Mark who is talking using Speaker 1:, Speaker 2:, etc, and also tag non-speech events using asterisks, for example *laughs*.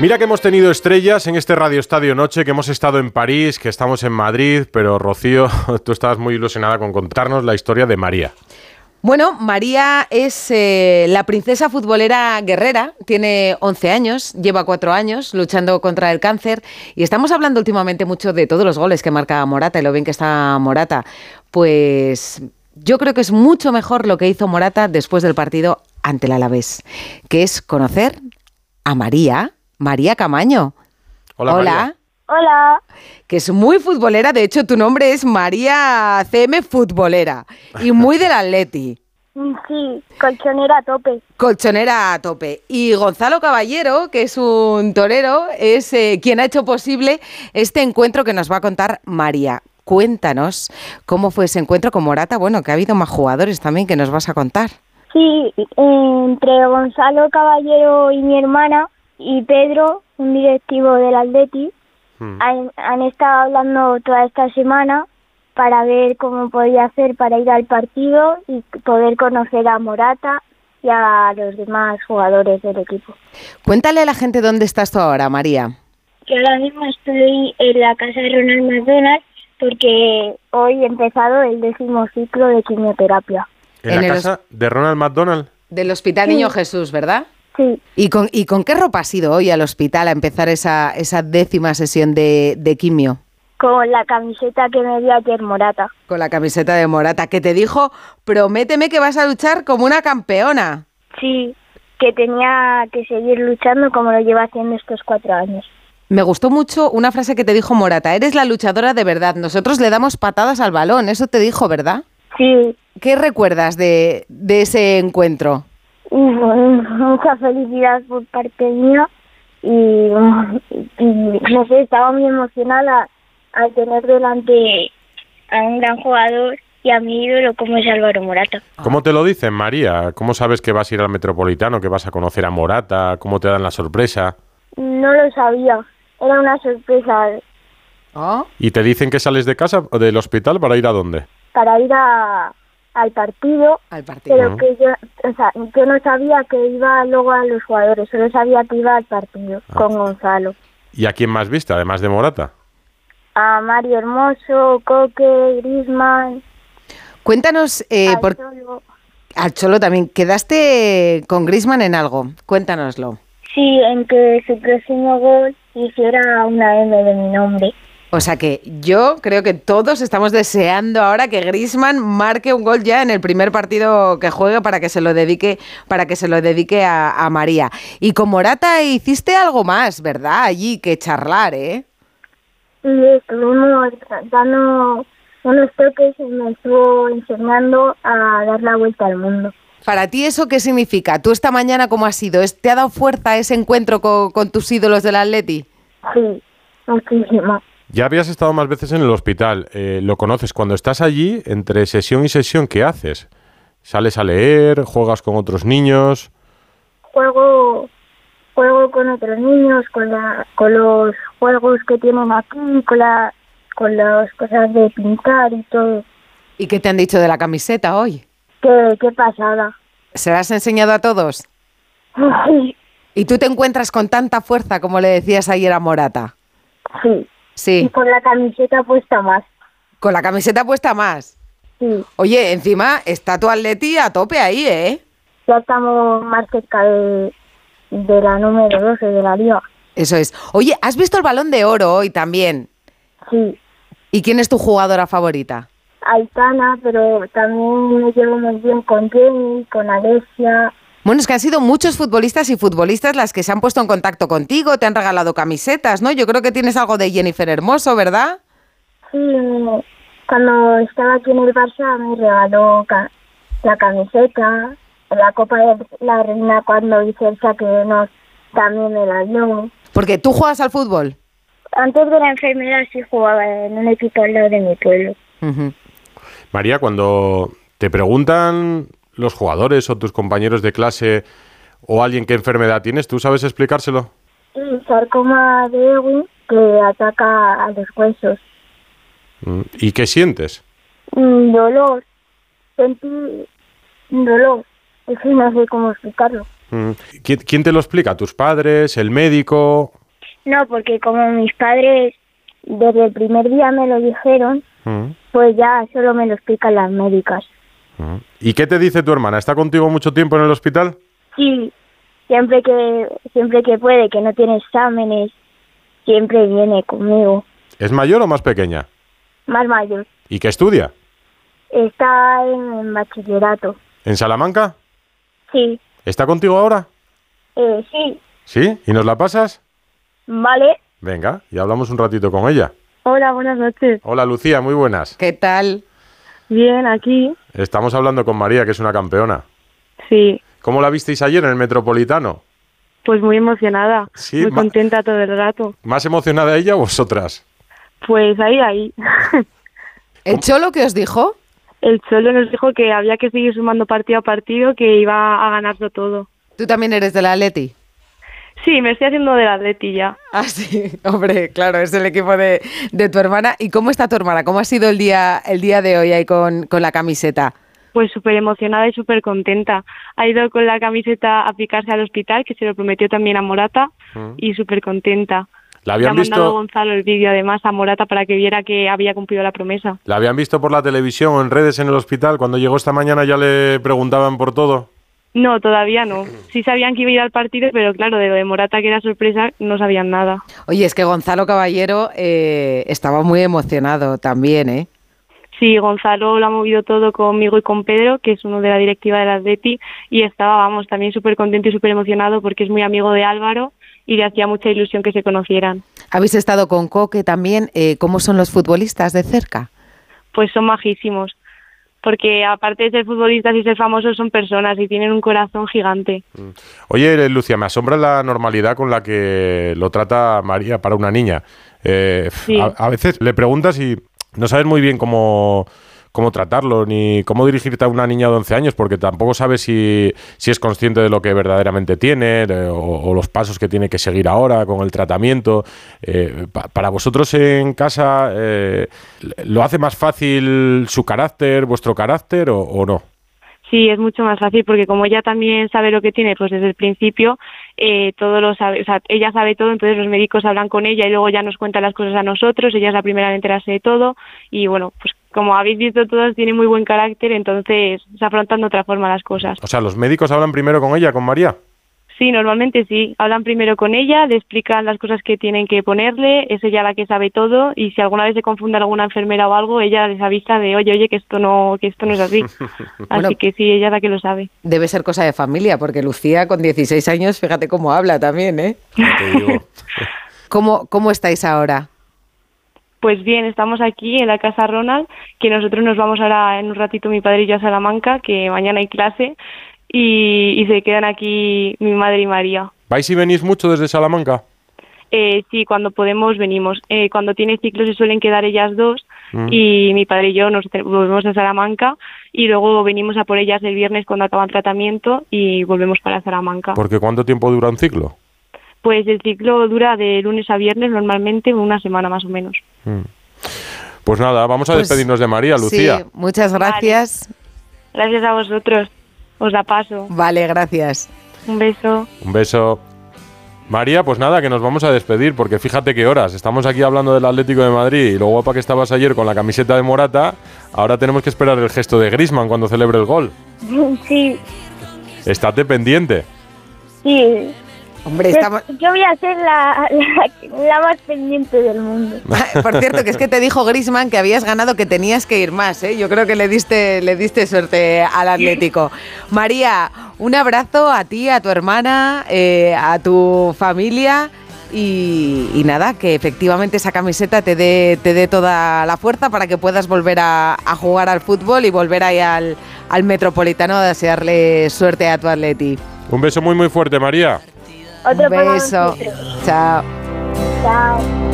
Speaker 1: Mira que hemos tenido estrellas en este Radio Estadio Noche, que hemos estado en París, que estamos en Madrid, pero Rocío, *laughs* tú estabas muy ilusionada con contarnos la historia de María.
Speaker 2: Bueno, María es eh, la princesa futbolera guerrera, tiene 11 años, lleva 4 años luchando contra el cáncer y estamos hablando últimamente mucho de todos los goles que marca Morata y lo bien que está Morata. Pues yo creo que es mucho mejor lo que hizo Morata después del partido ante el Alavés, que es conocer a María, María Camaño.
Speaker 1: Hola. María.
Speaker 3: Hola.
Speaker 2: que es muy futbolera. De hecho, tu nombre es María CM Futbolera y muy del Atleti.
Speaker 3: Mm, Sí, colchonera a tope.
Speaker 2: Colchonera a tope. Y Gonzalo Caballero, que es un torero, es eh, quien ha hecho posible este encuentro que nos va a contar María. Cuéntanos cómo fue ese encuentro con Morata. Bueno, que ha habido más jugadores también que nos vas a contar.
Speaker 3: Sí, entre Gonzalo Caballero y mi hermana y Pedro, un directivo del Atleti, han, han estado hablando toda esta semana para ver cómo podía hacer para ir al partido y poder conocer a Morata y a los demás jugadores del equipo.
Speaker 2: Cuéntale a la gente dónde estás tú ahora, María.
Speaker 3: Yo ahora mismo estoy en la casa de Ronald McDonald porque hoy he empezado el décimo ciclo de quimioterapia.
Speaker 1: En,
Speaker 2: En
Speaker 1: la
Speaker 2: el
Speaker 1: casa de Ronald McDonald.
Speaker 2: Del Hospital
Speaker 3: Sí.
Speaker 2: Niño Jesús, ¿verdad?
Speaker 3: Sí,
Speaker 2: Mm. ¿Y con, ¿Y con qué ropa has ido hoy al hospital a empezar esa, esa décima sesión de, de quimio?
Speaker 3: con la camiseta que me dio ayer Morata.
Speaker 2: Con la camiseta de Morata, que te dijo, prométeme que vas a luchar como una campeona.
Speaker 3: Sí, que tenía que seguir luchando como lo lleva haciendo estos cuatro años.
Speaker 2: Me gustó mucho una frase que te dijo Morata, eres la luchadora de verdad, nosotros le damos patadas al balón, eso te dijo, ¿verdad?
Speaker 3: Sí,
Speaker 2: ¿Qué recuerdas de, de ese encuentro?
Speaker 3: y bueno, mucha felicidad por parte mía y, y no sé, estaba muy emocionada al tener delante a un gran jugador y a mi ídolo como es Álvaro Morata.
Speaker 1: ¿Cómo te lo dicen, María? ¿Cómo sabes que vas a ir al Metropolitano, que vas a conocer a Morata? ¿Cómo te dan la sorpresa?
Speaker 3: No lo sabía, era una sorpresa
Speaker 2: ¿Oh?
Speaker 1: ¿Y te dicen que sales de casa, del hospital, para ir a dónde?
Speaker 3: para ir a, al partido,
Speaker 2: Al partido.
Speaker 3: pero que yo, o sea, yo no sabía que iba luego a los jugadores, solo sabía que iba al partido
Speaker 2: Ah,
Speaker 3: con Gonzalo.
Speaker 1: ¿Y a quién más viste, además de Morata?
Speaker 3: A Mario Hermoso, Coque, Grisman,
Speaker 2: Cuéntanos, eh, por-
Speaker 3: Arturo.
Speaker 2: al Cholo también, ¿quedaste con Grisman en algo? Cuéntanoslo.
Speaker 3: Sí, en que su próximo gol hiciera una M de mi nombre.
Speaker 2: O sea que yo creo que todos estamos deseando ahora que Grisman marque un gol ya en el primer partido que juegue para que se lo dedique, para que se lo dedique a, a María. Y con Morata hiciste algo más, ¿verdad? Allí que charlar, ¿eh?
Speaker 3: Y estuvimos dando unos toques y me estuvo enseñando a dar la vuelta al mundo.
Speaker 2: Para ti eso qué significa? Tú esta mañana cómo ha sido? ¿Es- ¿Te ha dado fuerza ese encuentro co- con, tus ídolos del Atleti?
Speaker 3: Sí, muchísimo.
Speaker 1: Ya habías estado más veces en el hospital, eh, lo conoces. Cuando estás allí, entre sesión y sesión, ¿qué haces? ¿Sales a leer? ¿Juegas con otros niños?
Speaker 3: Juego, juego con otros niños, con, la, con los juegos que tienen aquí, con, la, con las cosas de pintar y todo.
Speaker 2: ¿Y qué te han dicho de la camiseta hoy?
Speaker 3: Qué, qué pasada.
Speaker 2: ¿Se la has enseñado a todos?
Speaker 3: Sí,
Speaker 2: ¿Y tú te encuentras con tanta fuerza como le decías ayer a Morata?
Speaker 3: sí.
Speaker 2: Sí.
Speaker 3: Y con la camiseta puesta más.
Speaker 2: Con la camiseta puesta más.
Speaker 3: Sí,
Speaker 2: Oye, encima está tu atleti a tope ahí, ¿eh?
Speaker 3: ya estamos más cerca de, de la número 12 de la liga.
Speaker 2: Eso es. Oye, ¿has visto el balón de oro hoy también?
Speaker 3: Sí,
Speaker 2: ¿Y quién es tu jugadora favorita?
Speaker 3: Aitana, pero también me llevo muy bien con Jenny, con Alessia.
Speaker 2: Bueno, es que han sido muchos futbolistas y futbolistas las que se han puesto en contacto contigo, te han regalado camisetas, ¿no? Yo creo que tienes algo de Jennifer Hermoso, ¿verdad?
Speaker 3: Sí, me- cuando estaba aquí en el Barça me regaló ca- la camiseta, la Copa de la Reina cuando hice el saque de honor también me la dio.
Speaker 2: Porque tú juegas al fútbol.
Speaker 3: Antes de la enfermedad sí jugaba en un equipo al lado de mi pueblo.
Speaker 2: Ujú.
Speaker 1: María, cuando te preguntan los jugadores o tus compañeros de clase o alguien qué enfermedad tienes, ¿tú sabes explicárselo?
Speaker 3: Y sarcoma de Ewing que ataca a los huesos.
Speaker 1: Mm, ¿Y qué sientes?
Speaker 3: Mm, dolor. Sentí dolor. Es que no sé cómo explicarlo.
Speaker 1: Mm, ¿Qui- ¿Quién te lo explica? ¿Tus padres? ¿El médico?
Speaker 3: No, porque como mis padres desde el primer día me lo dijeron,
Speaker 1: Mm,
Speaker 3: pues ya solo me lo explican las médicas.
Speaker 1: mm. ¿Y qué te dice tu hermana? ¿Está contigo mucho tiempo en el hospital?
Speaker 3: Sí, siempre que siempre que puede, que no tiene exámenes, siempre viene conmigo.
Speaker 1: ¿Es mayor o más pequeña?
Speaker 3: Más mayor,
Speaker 1: ¿Y qué estudia?
Speaker 3: está en, en bachillerato.
Speaker 1: ¿En Salamanca?
Speaker 3: Sí,
Speaker 1: ¿Está contigo ahora?
Speaker 3: eh, sí,
Speaker 1: ¿Sí? ¿Y nos la pasas?
Speaker 3: vale. *laughs*
Speaker 1: Venga, y hablamos un ratito con ella.
Speaker 4: Hola, buenas noches.
Speaker 1: Hola Lucía, muy buenas.
Speaker 2: ¿Qué tal?
Speaker 4: Bien, aquí.
Speaker 1: Estamos hablando con María, que es una campeona.
Speaker 4: Sí,
Speaker 1: ¿Cómo la visteis ayer en el Metropolitano?
Speaker 4: pues muy emocionada.
Speaker 1: Sí,
Speaker 4: muy
Speaker 1: ma-
Speaker 4: contenta todo el rato.
Speaker 1: ¿Más emocionada ella o vosotras?
Speaker 4: Pues ahí, ahí. *laughs*
Speaker 2: ¿El Cholo que os dijo?
Speaker 4: el Cholo nos dijo que había que seguir sumando partido a partido, que iba a ganarlo todo.
Speaker 2: Tú también eres de la Atleti. *laughs*
Speaker 4: Sí, me estoy haciendo de la Atleti ya.
Speaker 2: Ah, sí, hombre, claro, es el equipo de, de tu hermana. ¿Y cómo está tu hermana? ¿Cómo ha sido el día, el día de hoy ahí con, con la camiseta?
Speaker 4: Pues súper emocionada y súper contenta. Ha ido con la camiseta a picarse al hospital, que se lo prometió también a Morata, y súper contenta.
Speaker 1: ¿La
Speaker 4: Le
Speaker 1: Mm.
Speaker 4: ha
Speaker 1: habían,
Speaker 4: mandado
Speaker 1: visto,
Speaker 4: Gonzalo el vídeo además a Morata para que viera que había cumplido la promesa.
Speaker 1: ¿La habían visto por la televisión o en redes en el hospital? Cuando llegó esta mañana ya le preguntaban por todo.
Speaker 4: No, todavía no. Sí sabían que iba a ir al partido, pero claro, de lo de Morata, que era sorpresa, no sabían nada.
Speaker 2: Oye, es que Gonzalo Caballero eh, estaba muy emocionado también, ¿eh?
Speaker 4: Sí, Gonzalo lo ha movido todo conmigo y con Pedro, que es uno de la directiva del Atleti, y estaba, vamos, también súper contento y súper emocionado porque es muy amigo de Álvaro y le hacía mucha ilusión que se conocieran.
Speaker 2: Habéis estado con Coque también. eh, ¿Cómo son los futbolistas de cerca?
Speaker 4: Pues son majísimos, porque aparte de ser futbolistas y ser famosos, son personas y tienen un corazón gigante.
Speaker 1: Oye, Lucia, me asombra la normalidad con la que lo trata María para una niña. Eh,
Speaker 4: Sí.
Speaker 1: a, a veces le preguntas y no sabes muy bien cómo, cómo tratarlo ni cómo dirigirte a una niña de 11 años porque tampoco sabes si, si es consciente de lo que verdaderamente tiene eh, o, o los pasos que tiene que seguir ahora con el tratamiento. Eh, pa- para vosotros en casa, eh, ¿lo hace más fácil su carácter, vuestro carácter o, o no?
Speaker 4: Sí, es mucho más fácil porque como ella también sabe lo que tiene, pues desde el principio eh, todo lo sabe, o sea, ella sabe todo, entonces los médicos hablan con ella y luego ya nos cuenta las cosas a nosotros, ella es la primera en enterarse de todo y bueno, pues como habéis visto todos tiene muy buen carácter, entonces se afrontan de otra forma las cosas.
Speaker 1: O sea, ¿los médicos hablan primero con ella, con María?
Speaker 4: Sí, normalmente sí, hablan primero con ella, le explican las cosas que tienen que ponerle, es ella la que sabe todo y si alguna vez se confunde alguna enfermera o algo, ella les avisa de oye, oye, que esto no, que esto no es así.
Speaker 2: Bueno.
Speaker 4: Así que sí, ella es la que lo sabe.
Speaker 2: Debe ser cosa de familia, porque Lucía con 16 años, fíjate cómo habla también, ¿eh?
Speaker 1: Ya te digo.
Speaker 2: ¿Cómo, cómo estáis ahora?
Speaker 4: Pues bien, estamos aquí en la casa Ronald, que nosotros nos vamos ahora en un ratito mi padre y yo a Salamanca, que mañana hay clase, y, y se quedan aquí mi madre y María.
Speaker 1: ¿Vais y venís mucho desde Salamanca?
Speaker 4: Eh, sí, cuando podemos venimos. Eh, cuando tiene ciclos se suelen quedar ellas dos y mi padre y yo nos te- volvemos a Salamanca y luego venimos a por ellas el viernes cuando acaban tratamiento y volvemos para
Speaker 2: Ah.
Speaker 4: Salamanca.
Speaker 1: Porque ¿cuánto tiempo dura un ciclo?
Speaker 4: Pues el ciclo dura de lunes a viernes normalmente una semana más o menos.
Speaker 1: Hmm. Pues nada, vamos a
Speaker 2: Pues-
Speaker 1: despedirnos de María, Lucía.
Speaker 2: Sí, muchas gracias.
Speaker 4: Gracias a vosotros. Os la paso.
Speaker 2: Vale, gracias.
Speaker 4: Un beso.
Speaker 1: Un beso. María, pues nada, que nos vamos a despedir, porque fíjate qué horas. Estamos aquí hablando del Atlético de Madrid y lo guapa que estabas ayer con la camiseta de Morata. Ahora tenemos que esperar el gesto de Grisman cuando celebre el gol.
Speaker 3: Sí,
Speaker 1: Estate pendiente.
Speaker 3: sí.
Speaker 2: Hombre,
Speaker 3: Yo,
Speaker 2: estamos...
Speaker 3: yo voy a ser la, *laughs* la, la más pendiente del mundo.
Speaker 2: Ah, Por cierto, que es que te dijo Grisman que habías ganado, que tenías que ir más. ¿eh? Yo creo que le diste, le diste suerte al Atlético. María, un abrazo a ti, a tu hermana, eh, a tu familia. Y, y nada, que efectivamente esa camiseta te dé, te dé toda la fuerza para que puedas volver a, a jugar al fútbol y volver ahí al, al Metropolitano a desearle suerte a tu Atleti.
Speaker 1: Un beso muy muy fuerte, María.
Speaker 3: Otro
Speaker 2: un beso. Chao.
Speaker 3: Chao.